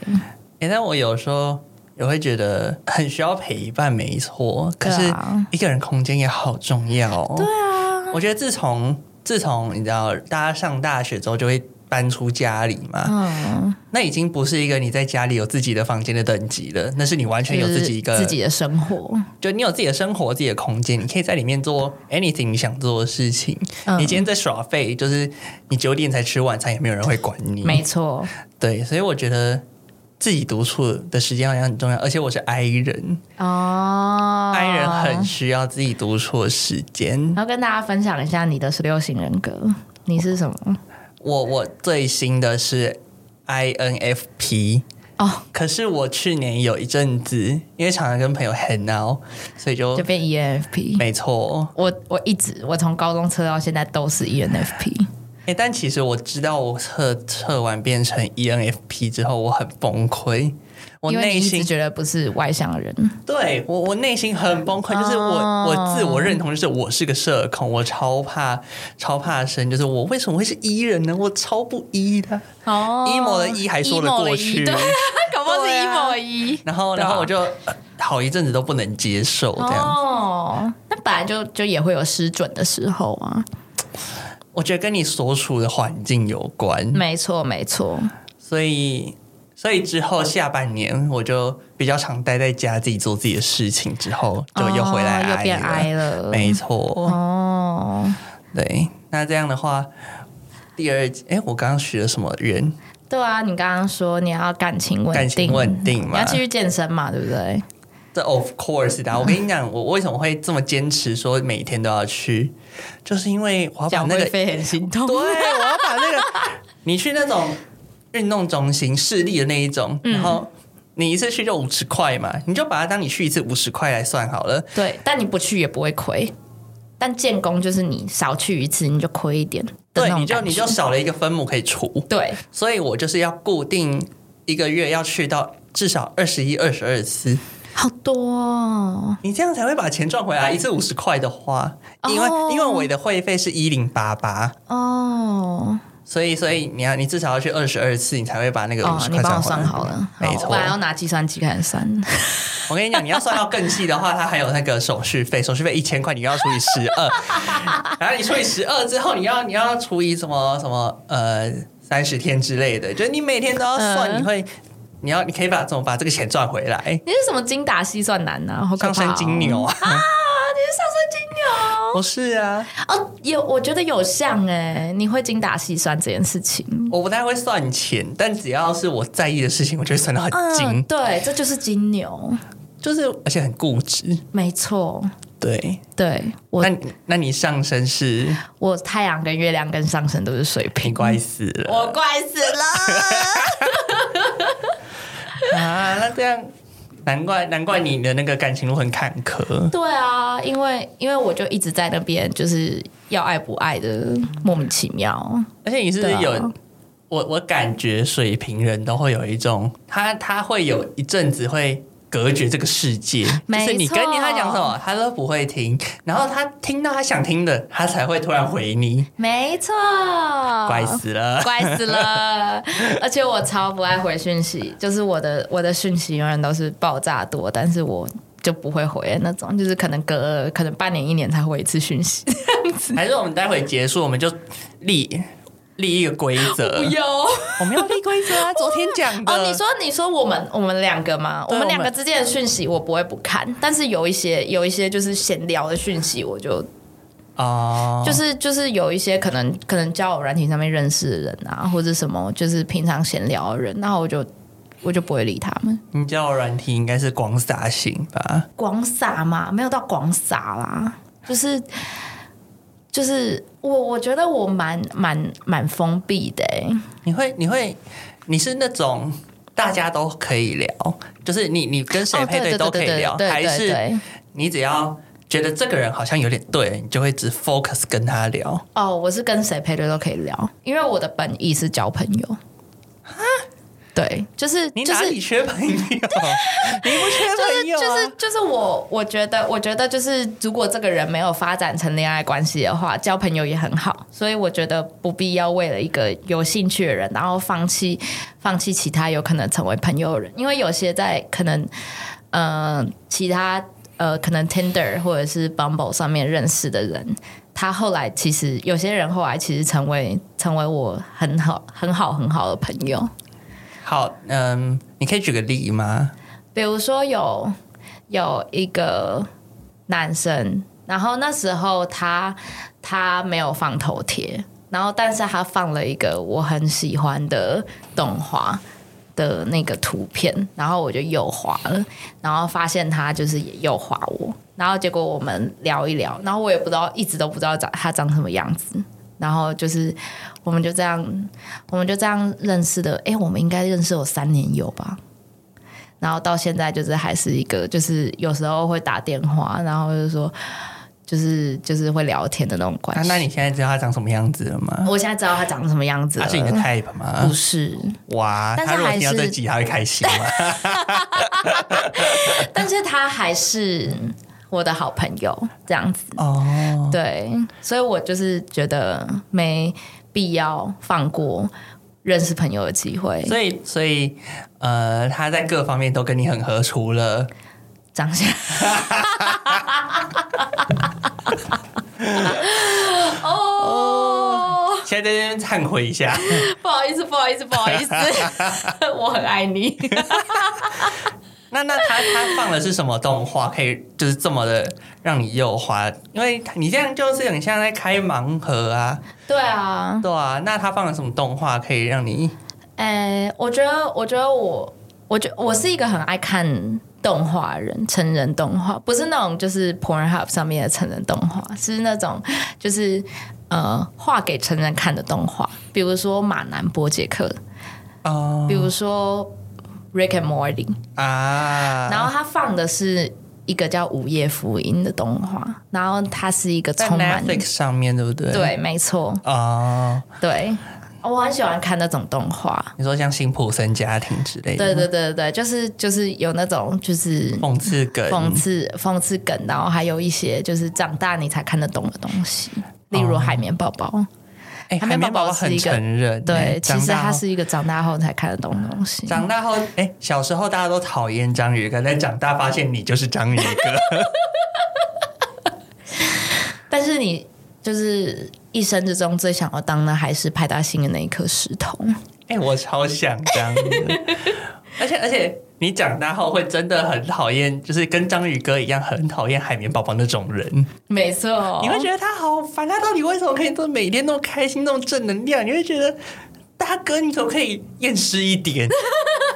B: 欸，但我有时候也会觉得很需要陪伴，没错。可
A: 对
B: 是
A: 啊
B: 一个人空间也好重要、哦。对啊，我觉得自从自从你知道大家上大学之后就会搬出家里嘛，
A: 嗯，
B: 那已经不是一个你在家里有自己的房间的等级了，那是你完全有自己一个
A: 呃就是自己的生活，
B: 就你有自己的生活、自己的空间，你可以在里面做 anything 你想做的事情。
A: 嗯
B: 你今天在耍废，就是你九点才吃晚餐，也没有人会管你。
A: 没错。
B: 对，所以我觉得自己独处的时间好像很重要，而且我是 I 人、
A: 哦
B: i 人很需要自己独处的时间。
A: 然后跟大家分享一下你的十六型人格，你是什么？
B: 我我最新的是 INFP。
A: 哦，
B: 可是我去年有一阵子，因为常常跟朋友 hang out，所以就
A: 就变 E ENFP。
B: 哦没错。
A: 我我一直我从高中测到现在都是 E ENFP，
B: 哎、E 但其实我知道我测测完变成 ENFP 之后，我很崩溃，我
A: 因为
B: 内
A: 你一直
B: 心
A: 觉得不是外向人，
B: 对我我内心很崩溃，就是我、
A: 哦
B: 我自我认同就是我是个社恐，我超怕超怕生，就是我为什么会是 E 人呢？我超不 E 的。
A: 哦
B: emo 的 E 还说得过去
A: emo 的 E，对啊， (laughs) 搞不好是
B: 对
A: emo
B: 啊
A: 的 E。
B: 然后，
A: 对啊
B: 然后我就、呃好一阵子都不能接受这样。
A: 哦，那本来就就也会有失准的时候啊，
B: 我觉得跟你所处的环境有关，
A: 没错没错，
B: 所以所以之后下半年我就比较常待在家，自己做自己的事情，之后就又回来
A: 哦又变
B: I
A: I
B: 了。
A: 了，
B: 没错，
A: 哦，
B: 对。那这样的话，第二季，哎，我刚刚许了什么愿？
A: 对啊，你刚刚说你要感情稳定，
B: 感情稳定
A: 你
B: 嘛
A: 要。继续健身嘛，对不对？
B: 这 of course 的啊、我跟你讲，我为什么会这么坚持说每天都要去，就是因为我要把
A: 缴
B: 那个
A: 会费很心痛，
B: 对，我要把那个 (laughs) 你去那种运动中心市立的那一种，
A: 嗯
B: 然后你一次去就五十块嘛，你就把它当你去一次五十块来算好了。
A: 对，但你不去也不会亏。但建工就是你少去一次你就亏一点的那
B: 对，
A: 种
B: 你就
A: 感觉，
B: 你就少了一个分母可以除，
A: 对
B: 所以我就是要固定一个月要去到至少二十一、二十二次，
A: 好多、哦、
B: 你这样才会把钱赚回来。一次五十块的话，因为、
A: 嗯哦
B: 因为我的会费是一零八八，
A: 哦。
B: 所以所以你要你至少要去二十二次，你才会把那个五
A: 哦，
B: 十
A: 你
B: 块
A: 帮
B: 赚
A: 我
B: 回
A: 算
B: 来。
A: 好了，
B: 没
A: 好
B: 错。
A: 我本来要拿计算机开始算。
B: 我跟你讲，你要算到更细的话，它还有那个手续费，手续费一千块，你要除以十
A: (laughs)
B: 二，然后你除以十二之后，你要你要除以什么什么呃三十天之类的，就是你每天都要算，
A: 嗯
B: 你会你要你可以把怎么把这个钱赚回来，
A: 你是什么精打细算男呐、啊？好可怕、
B: 上
A: 哦！
B: 升金牛啊，
A: 啊，你是上升金牛
B: (laughs) 不是啊，
A: 哦，有我觉得有像哎、你会精打细算这件事情。
B: 我不太会算钱，但只要是我在意的事情，我就会算到很精，
A: 嗯，对，这就是金牛，
B: 就是而且很固执，
A: 没错。
B: 对，
A: 对我
B: 那，你那你上升是
A: 我太阳跟月亮跟上升都是水
B: 你
A: 瓶，
B: 怪死了。
A: 我怪死了。
B: (laughs) 啊，那这样难怪难怪你的那个感情路很坎坷。
A: 对啊，因为因为我就一直在那边，就是要爱不爱的，莫名其妙。
B: 而且你是不
A: 对
B: 是
A: 啊
B: 有、我我感觉水瓶人都会有一种，他他会有一阵子会。隔绝这个世界，就
A: 没
B: 是你
A: 错
B: 跟你他讲什么，他都不会听，然后他听到他想听的，他才会突然回你，
A: 没错，啊
B: 怪
A: (laughs)
B: 死了。
A: 乖死了！而且我超不爱回讯息，就是我的我的讯息永远都是爆炸多，但是我就不会回的那种，就是可能隔可能半年一年才回一次讯息。
B: 还是我们待会结束，我们就立立一个规则，
A: 有哦，
B: 我们要立规则啊！昨天讲的，
A: 你说你说我们我们两个吗？我
B: 对
A: 们两
B: 我
A: 个
B: 们
A: 之间的讯息我不会不看，但是有一些有一些就是闲聊的讯息，我就
B: 哦，
A: 就是就是有一些可能可能交友软体上面认识的人啊，或者什么就是平常闲聊的人，那我就我就不会理他们。
B: 你叫我软体应该是广撒型吧？
A: 广撒嘛，没有到广撒啦，就是就是我我觉得我蛮蛮蛮封闭的、欸，
B: 你会你会你是那种大家都可以聊，就是你你跟谁
A: 哦
B: 配对都可以聊，
A: 对对
B: 还
A: 对对
B: 是
A: 对
B: 你只要觉得这个人好像有点对，你就会只 focus 跟他聊？
A: 哦，我是跟谁配对都可以聊，因为我的本意是交朋友。对，就是
B: 你
A: 就
B: 哪
A: 是
B: 里
A: (laughs)
B: 缺朋友？你不缺
A: 就是
B: 朋友、啊
A: 就是就是我，我觉得我觉得就是，如果这个人没有发展成恋爱关系的话，交朋友也很好。所以我觉得不必要为了一个有兴趣的人，然后放弃放弃其他有可能成为朋友的人，因为有些在可能呃其他呃可能 Tinder 或者是 Bumble 上面认识的人。他后来其实有些人后来其实成为成为我很好很好很好的朋友，
B: 好，嗯，你可以举个例吗？
A: 比如说有有一个男生，然后那时候他他没有放头贴，然后但是他放了一个我很喜欢的动画的那个图片，然后我就右滑了，然后发现他就是也右滑我，然后结果我们聊一聊，然后我也不知道一直都不知道长他长什么样子。然后就是，我们就这样，我们就这样认识的。诶，我们应该认识有三年有吧？然后到现在就是还是一个，就是有时候会打电话，然后就说就是就是会聊天的那种关
B: 啊，
A: 系。
B: 那你现在知道他长什么样子了吗？
A: 我现在知道他长什么样子了，
B: 他是你的 type 吗
A: 不？是？
B: 哇，
A: 但是
B: 他如果听到
A: 还是
B: 这集，他会开心吗？
A: (laughs) 但是他还是我的好朋友，这样子。
B: 哦，
A: 对，所以我就是觉得没必要放过认识朋友的机会。
B: 所以所以呃，他在各方面都跟你很合，除了
A: 长
B: (laughs)
A: 相。哦，
B: 现在在这边忏悔一下，
A: 不好意思，不好意思，不好
B: (laughs)
A: 意思，我很爱你。
B: 那那他他放的是什么动画？可以就是这么的让你右滑？因为你这样就是很像在开盲盒啊，
A: 对啊，
B: 对啊。那他放了什么动画可以让你？
A: 哎、我觉得，我觉得我，我觉我是一个很爱看动画的人，成人动画，不是那种就是 Pornhub 上面的成人动画，是那种就是呃画给成人看的动画，比如说马南波杰克，
B: 哦
A: 比如说 Rick and Morty，
B: 啊，
A: 然后他放的是一个叫《午夜福音》的动画，然后它是一个
B: 在
A: 充满
B: Netflix 上面对不对？
A: 对，没错，
B: 哦，
A: 对，我很喜欢看那种动画。
B: 你说像辛普森家庭之类的，
A: 对对对对对，就是就是有那种就是
B: 讽刺梗，
A: 讽刺讽刺梗，然后还有一些就是长大你才看得懂的东西，例如海绵宝宝。
B: 哎，
A: 海绵宝宝是
B: 很
A: 一个
B: 成人，
A: 对
B: 哎，
A: 其实
B: 长大
A: 它
B: 后
A: 是一个长大后才看得懂的东西。
B: 长大后，哎，小时候大家都讨厌章鱼哥，但长大发现你就是章鱼哥，
A: 但是你就是一生之中最想要当的还是派大星的那一颗石头。
B: 哎，我超想章鱼，而且而且。你长大后会真的很讨厌，就是跟章鱼哥一样，很讨厌海绵宝宝那种人。
A: 没错
B: 你会觉得他好烦，啊他到底为什么可以这么每天那么开心、那么正能量？你会觉得大哥，你怎么可以厌世一点？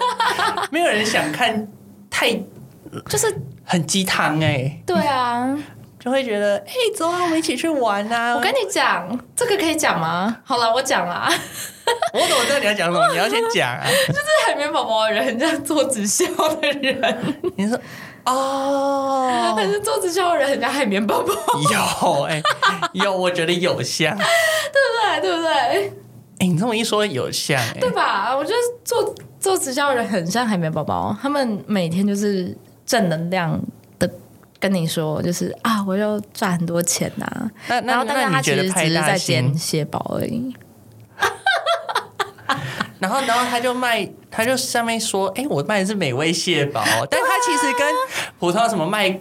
B: (laughs) 没有人想看太
A: 就是
B: 很鸡汤哎、
A: 对啊，
B: 就会觉得哎、走啊，我们一起去玩啊！
A: 我跟你讲，这个可以讲吗？好了，我讲啦。 (laughs)
B: 我怎么知道你要讲什么？你要先讲啊！
A: 这海绵宝宝的人很像做直销的人，
B: 你说哦，
A: 但是做直销的人很像海绵宝宝， (laughs)
B: 有哎、有，我觉得有像 (laughs) 哎、
A: 对啊对不对？
B: 你这么一说有像哎、
A: 对吧？我觉得做做直销的人很像海绵宝宝，他们每天就是正能量的跟你说，就是啊，我又赚很多钱呐、
B: 那
A: 然
B: 那
A: 后，但是
B: 那
A: 他
B: 你
A: 其
B: 觉
A: 实
B: 得
A: 只
B: 派
A: 是在
B: 大
A: 捡
B: 星？
A: 蟹堡而已。
B: 然后，然后他就卖，他就上面说：“哎、我卖的是美味蟹
A: (laughs)
B: 堡，但他其实跟普通什么卖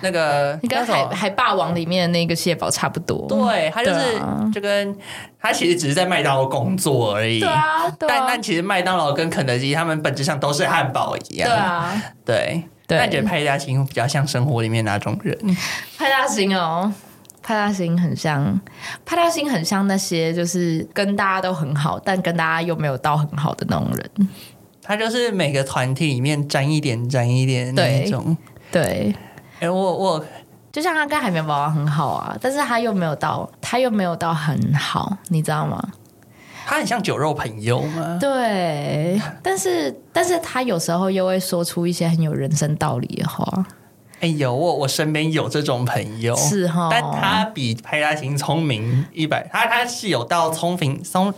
B: 那个
A: 你跟
B: 叫什
A: 海
B: 么
A: 海霸王里面的那个蟹堡差不多。
B: 对他就是、
A: 对啊
B: 就跟他其实只是在麦当劳工作而已。
A: 对啊，对
B: 但
A: 啊
B: 但，其实麦当劳跟肯德基他们本质上都是汉堡
A: 对
B: 一样。
A: 啊。
B: 对
A: 对
B: 那你觉得派大星比较像生活里面哪种人？
A: 派大星哦，派大星很像，派大星很像那些就是跟大家都很好，但跟大家又没有到很好的那种人。
B: 他就是每个团体里面沾一点沾一点的那
A: 对
B: 种。
A: 对，
B: 哎、我我
A: 就像他跟海绵宝宝很好啊，但是他又没有到，他又没有到很好，你知道吗？
B: 他很像酒肉朋友吗？
A: 对，但是但是他有时候又会说出一些很有人生道理的话，
B: 哎、有我我身边有这种朋友，
A: 是哦哈、
B: 但他比派大星聪明一百，他他是有到聪明聪，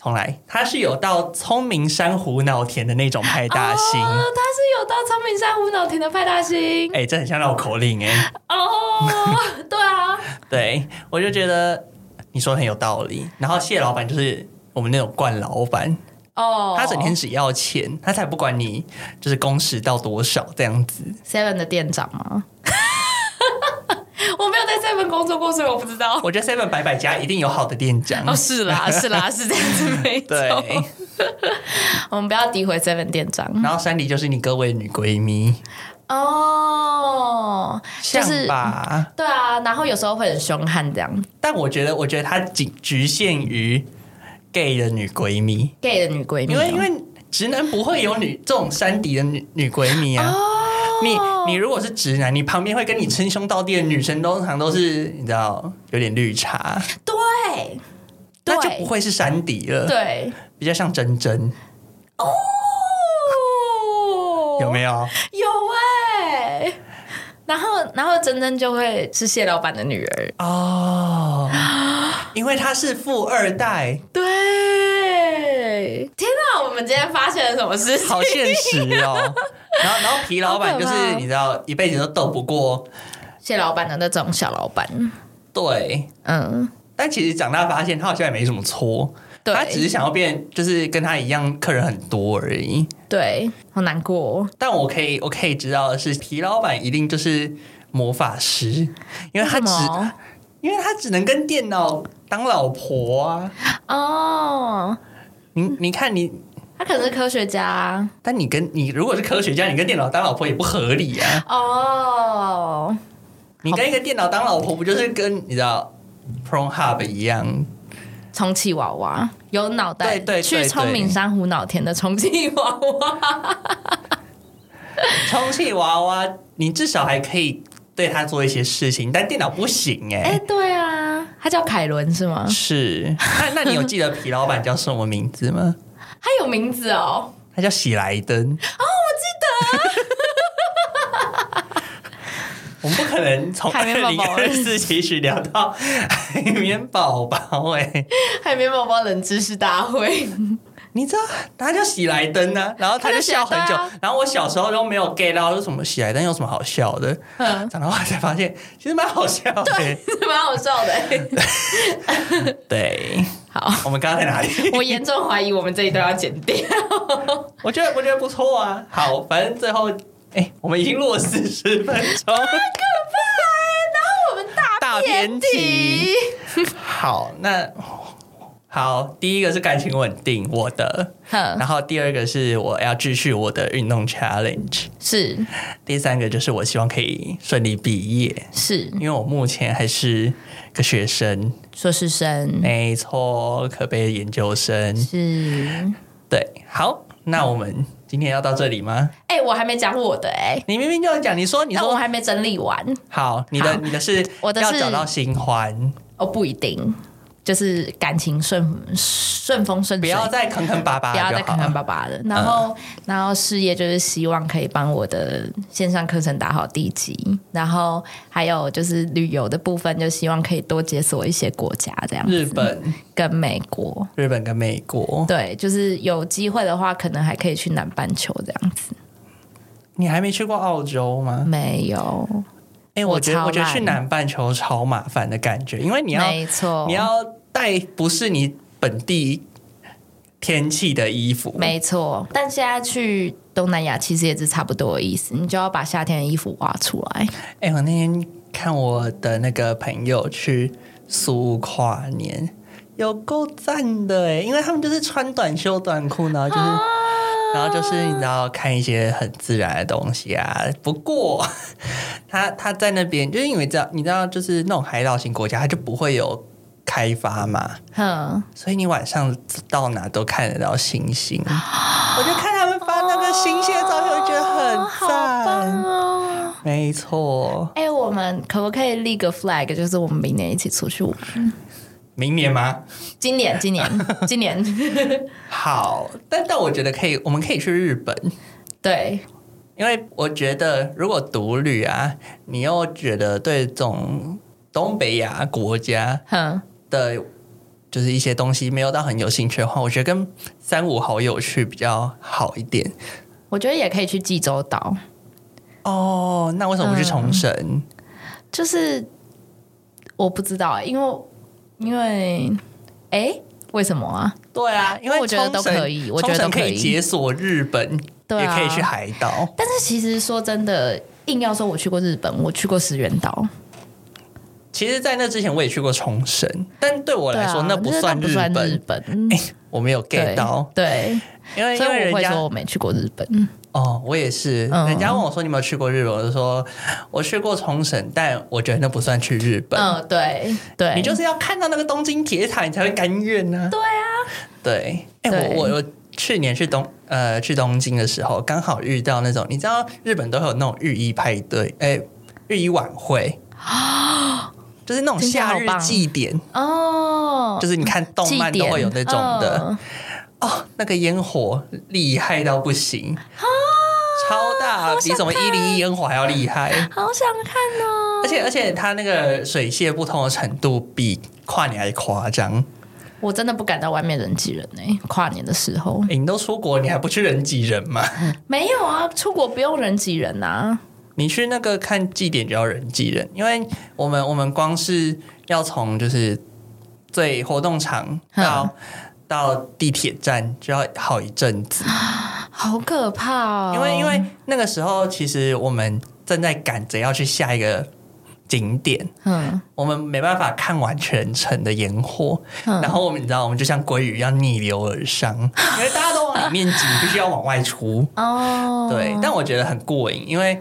B: 重来，他是有到聪明珊瑚脑甜的那种派大星。
A: 哦，他是有到聪明珊瑚脑甜的派大星
B: 哎、这很像绕口令哎、
A: 哦，对啊，
B: 对我就觉得你说得很有道理。然后谢老板就是我们那种惯老板，
A: 哦，
B: 他整天只要钱，他才不管你就是工时到多少这样子。
A: Seven 的店长吗？ (laughs) 我没有在 Seven 工作过，所以我不知道。
B: 我觉得 Seven 百百家一定有好的店长，
A: (laughs) 哦，是啦，是啦，是这样子， (laughs) 没
B: 对。
A: 错。我们不要诋毁 Seven 店长
B: 然后山里就是你各位女闺蜜，
A: 哦，就
B: 像
A: 是
B: 吧？
A: 对啊，然后有时候会很凶悍这样
B: 但我觉得，我觉得它仅局限于 gay 的女闺蜜，
A: ，gay 的女闺蜜
B: 因
A: 哦，
B: 为因为直男不会有女这种山底的女女闺蜜
A: 哦
B: 啊。你你如果是直男，你旁边会跟你称兄道弟的女生，通常都是你知道有点绿茶，
A: 对对
B: 那就不会是山底了，
A: 对
B: 比较像真真，
A: 哦，
B: 呃有没有？
A: 有哎、然后然后珍珍就会是蟹老板的女儿，
B: 哦，因为他是富二代，
A: 对，天哪，我们今天发现了什么事情？
B: 好现实哦。 (laughs) 然后，然后皮老板就
A: 好可
B: 是
A: 怕
B: 你知道，一辈子都斗不过。
A: 蟹老板的那种小老板，
B: 对，
A: 嗯，
B: 但其实长大发现他好像也没什么错，
A: 对
B: 他只是想要变，就是跟他一样客人很多而已。
A: 对，好难过、哦。
B: 但我可以，我可以知道的是，皮老板一定就是魔法师，因为他
A: 什
B: 只，
A: 么？
B: 因为他只能跟电脑当老婆啊。
A: 哦，
B: 你你看你，
A: 他可能是科学家啊、
B: 但你跟你如果是科学家，你跟电脑当老婆也不合理啊。
A: 哦，
B: 你跟一个电脑当老婆，不就是跟你知道 ProHub 一样？
A: 充气娃娃有脑袋，
B: 对对
A: 去
B: 对
A: 聪明珊瑚脑田的充气娃娃，
B: 充气娃娃，你至少还可以对他做一些事情，但电脑不行哎、
A: 哎、对啊，他叫凯伦是吗？
B: 是，那那你有记得皮老板叫什么名字吗？
A: 他有名字哦，
B: 他叫喜来登。哦，我记得。我们不可能从二
A: 海绵宝
B: 零
A: 宝
B: 二四期许聊到海绵宝宝哎，
A: 海绵宝宝冷知识大会，
B: 你知道他叫喜来登呢、然后他就啊笑很
A: 他
B: 久
A: 叫喜来登，
B: 然后我小时候都没有 get 到，说什么喜来登有什么好笑的，
A: 嗯，
B: 长大后才发现其实蛮好笑的。
A: (laughs) 蛮好笑的、 (laughs)
B: 对，
A: 好，
B: 我们刚刚在哪 (laughs) 里？
A: 我严重怀疑我们这一段要剪掉。
B: 我觉得我觉得不错啊。好，反正最后，哎、我们已经录了四十分钟，
A: (laughs)
B: (laughs)
A: 我们大
B: 大
A: 偏
B: 偏
A: 题
B: 题。好，那好，第一个是感情稳定，我的；
A: 哼，
B: 然后第二个是我要继续我的运动 challenge；
A: 是
B: 第三个就是我希望可以顺利毕业，
A: 是
B: 因为我目前还是个学生，
A: 硕士生，
B: 没错，可被研究生。
A: 是
B: 对，好，那我们今天要到这里吗？
A: 哎、我还没讲我的哎、
B: 你明明就有讲，你说你
A: 但我
B: 说
A: 还没整理完
B: 好，你的
A: 好
B: 你的是
A: 我的
B: 要
A: 是
B: 找到新欢，
A: 哦，不一定，就是感情顺顺风顺水，
B: 不要再坑坑巴巴
A: 不
B: 就好嗯
A: 要
B: 了。
A: 再坑坑巴巴的。然后，然后事业就是希望可以帮我的线上课程打好地基，然后还有就是旅游的部分，就希望可以多解锁一些国家，这样
B: 日本、
A: 跟美国。
B: 日本跟美国，
A: 对，就是有机会的话，可能还可以去南半球这样子。
B: 你还没去过澳洲吗？
A: 没有，
B: 哎、我
A: 我
B: 觉得
A: 超
B: 我觉得去
A: 懒
B: 南半球超麻烦的感觉，因为你要
A: 没错，
B: 你要带不是你本地天气的衣服，
A: 没错。但现在去东南亚其实也是差不多的意思，你就要把夏天的衣服挖出来。
B: 哎、我那天看我的那个朋友去苏跨年，有够赞的哎！因为他们就是穿短袖短裤，然后就是，
A: 啊
B: 然后就是你知道看一些很自然的东西啊。不过他他在那边，就是因为知道你知道，就是那种海岛型国家，它就不会有开发嘛，
A: 哼，
B: 所以你晚上到哪都看得到星星。我就看他们发那个星星的照片，我觉得
A: 哦好
B: 很赞
A: 棒。哦！
B: 没错，
A: 哎、我们可不可以立个 flag，就是我们明年一起出去玩？
B: 明年吗？
A: 今年，今
B: (laughs)
A: 年，今年， (laughs)
B: 好，但但我觉得可以，我们可以去日本，
A: 对，
B: 因为我觉得如果独旅啊，你又觉得对这种东北亚国家
A: 哼，
B: 的，就是一些东西没有到很有兴趣的话，我觉得跟三五好友去比较好一点。
A: 我觉得也可以去济州岛，
B: 哦，那为什么不去冲绳？
A: 就是我不知道、因为因为哎、为什么啊？
B: 对啊，因为
A: 我觉得
B: 冲绳
A: 都可以我觉得
B: 冲绳
A: 都可以
B: 以解锁日本，
A: 对啊
B: 也可以去海岛。
A: 但是其实说真的，硬要说我去过日本，我去过石原岛，
B: 其实，在那之前我也去过冲绳，但对我
A: 对
B: 来说、
A: 啊，
B: 那
A: 不
B: 不算
A: 不算日
B: 本，
A: 本，
B: 我没有 get
A: 对
B: 到，
A: 对，
B: 因为
A: 所
B: 因为
A: 以我
B: 人
A: 会
B: 家
A: 说我没去过日本，
B: 哦，我也是。
A: 嗯
B: 人家问我说你有没有去过日本，我就说我去过冲绳，但我觉得那不算去日本。
A: 嗯，对对，
B: 你就是要看到那个东京铁塔，你才会甘愿呢、对啊，对。哎、
A: 对
B: 我我我去年去东呃去东京的时候，刚好遇到那种你知道日本都会有那种日衣派对，哎、日衣晚会就是那种
A: 听起来
B: 夏
A: 啊好
B: 日
A: 棒
B: 祭典，
A: 哦，
B: 就是你看动漫
A: 祭
B: 都
A: 典
B: 会有那种的。
A: 嗯
B: (laughs) 哦，那个烟火厉害到不行，超大大，比什么一零一烟火还要厉害。
A: 好想看哦！
B: 而且而且，它那个水泄不通的程度比跨年还夸张。
A: 我真的不敢到外面人挤人呢、跨年的时候
B: 诶你都出国，你还不去人挤人吗？
A: 没有啊，出国不用人挤人呐、啊。
B: 你去那个看祭典就要人挤人，因为我们我们光是要从就是最活动场到、到地铁站就要好一阵子，
A: 好可怕哦！
B: 因为因为那个时候其实我们正在赶着要去下一个景点，
A: 嗯，
B: 我们没办法看完全程的烟火，
A: 嗯
B: 然后我们你知道我们就像鲑鱼一样逆流而 (laughs) 上，因为大家都往里面挤，必须要往外出。
A: 哦，
B: 对，但我觉得很过瘾，因为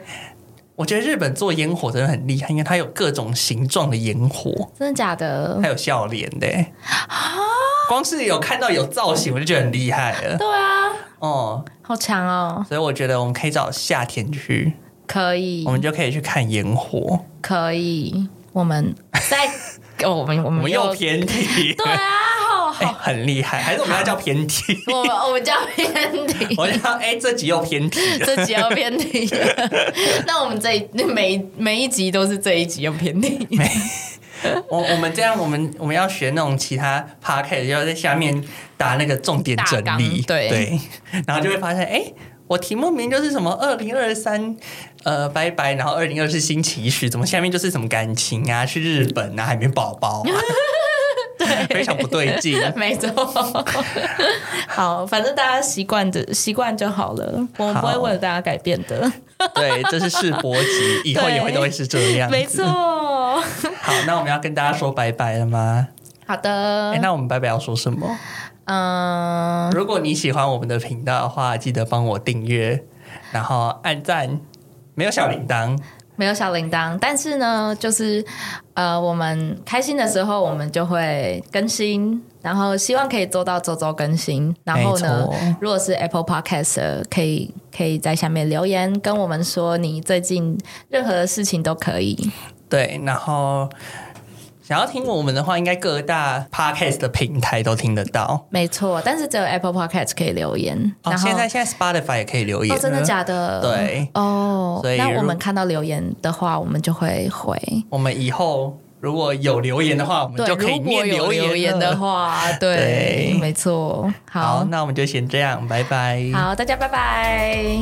B: 我觉得日本做烟火真的很厉害，因为它有各种形状的烟火，
A: 真的假的？
B: 还有笑脸的、啊光是有看到有造型，我就觉得很厉害 (laughs) 了。
A: 对啊，
B: 哦、
A: 好强哦！
B: 所以我觉得我们可以找夏天去，
A: 可以
B: 我，们就可以去看烟火。
A: 可以，我们
B: (laughs)
A: 再，哦，我们我
B: 我
A: 们
B: 们又偏 (laughs) 题，
A: (laughs) 对啊，好
B: (laughs) 哎、
A: 好，
B: 很厉害，还是我们要叫偏题？
A: 我们我们叫偏
B: (laughs)
A: 题，
B: 我想，哎、这集又偏题了。
A: 这集要偏题 (laughs) 了。那我们这一每每一集都是这一集要偏题，
B: 我我们这样，我们我们要学那种其他 p o c a s t 要在下面打那个重点整
A: 大
B: 理，
A: 纲对
B: 然后就会发现，哎、我题目名就是什么二零二三呃拜拜，然后二零二四新期许，怎么下面就是什么感情啊，去日本啊，海绵宝
A: (laughs)
B: 宝、啊，非常不对劲。
A: 没错。 (laughs) 好，反正大家习惯的习惯就好了，我们不会
B: 好
A: 为了大家改变的。
B: 对，这是试播集，以后也会都会是这样。
A: 没错。
B: 好，那我们要跟大家说拜拜了吗？
A: 好
B: 哎、
A: 的，
B: 那我们拜拜要说什么？
A: 嗯，
B: 如果你喜欢我们的频道的话，记得帮我订阅，然后按赞。没有小铃铛，
A: 没有小铃铛，但是呢，就是呃，我们开心的时候我们就会更新，然后希望可以做到周周更新。然后呢
B: 没错，
A: 如果是 Apple Podcast，的可以可以在下面留言跟我们说你最近任何的事情都可以。
B: 对，然后想要听我们的话，应该各大 podcast 的平台都听得到。
A: 没错，但是只有 Apple Podcast 可以留言。
B: 哦，
A: 然后
B: 现在现在 Spotify 也可以留言
A: 哦，
B: 了、
A: 真的假的？
B: 对
A: 哦
B: 所以，
A: 那
B: 如
A: 我们看到留言的话，我们就会回。
B: 我们以后如果有留言的话，我们
A: 对，
B: 就可以
A: 如果
B: 念
A: 有
B: 留
A: 留言
B: 了
A: 的。
B: (laughs)
A: 话，对，
B: 对
A: 没错。
B: 好，
A: 好，
B: 那我们就先这样，拜拜。
A: 好，大家拜拜。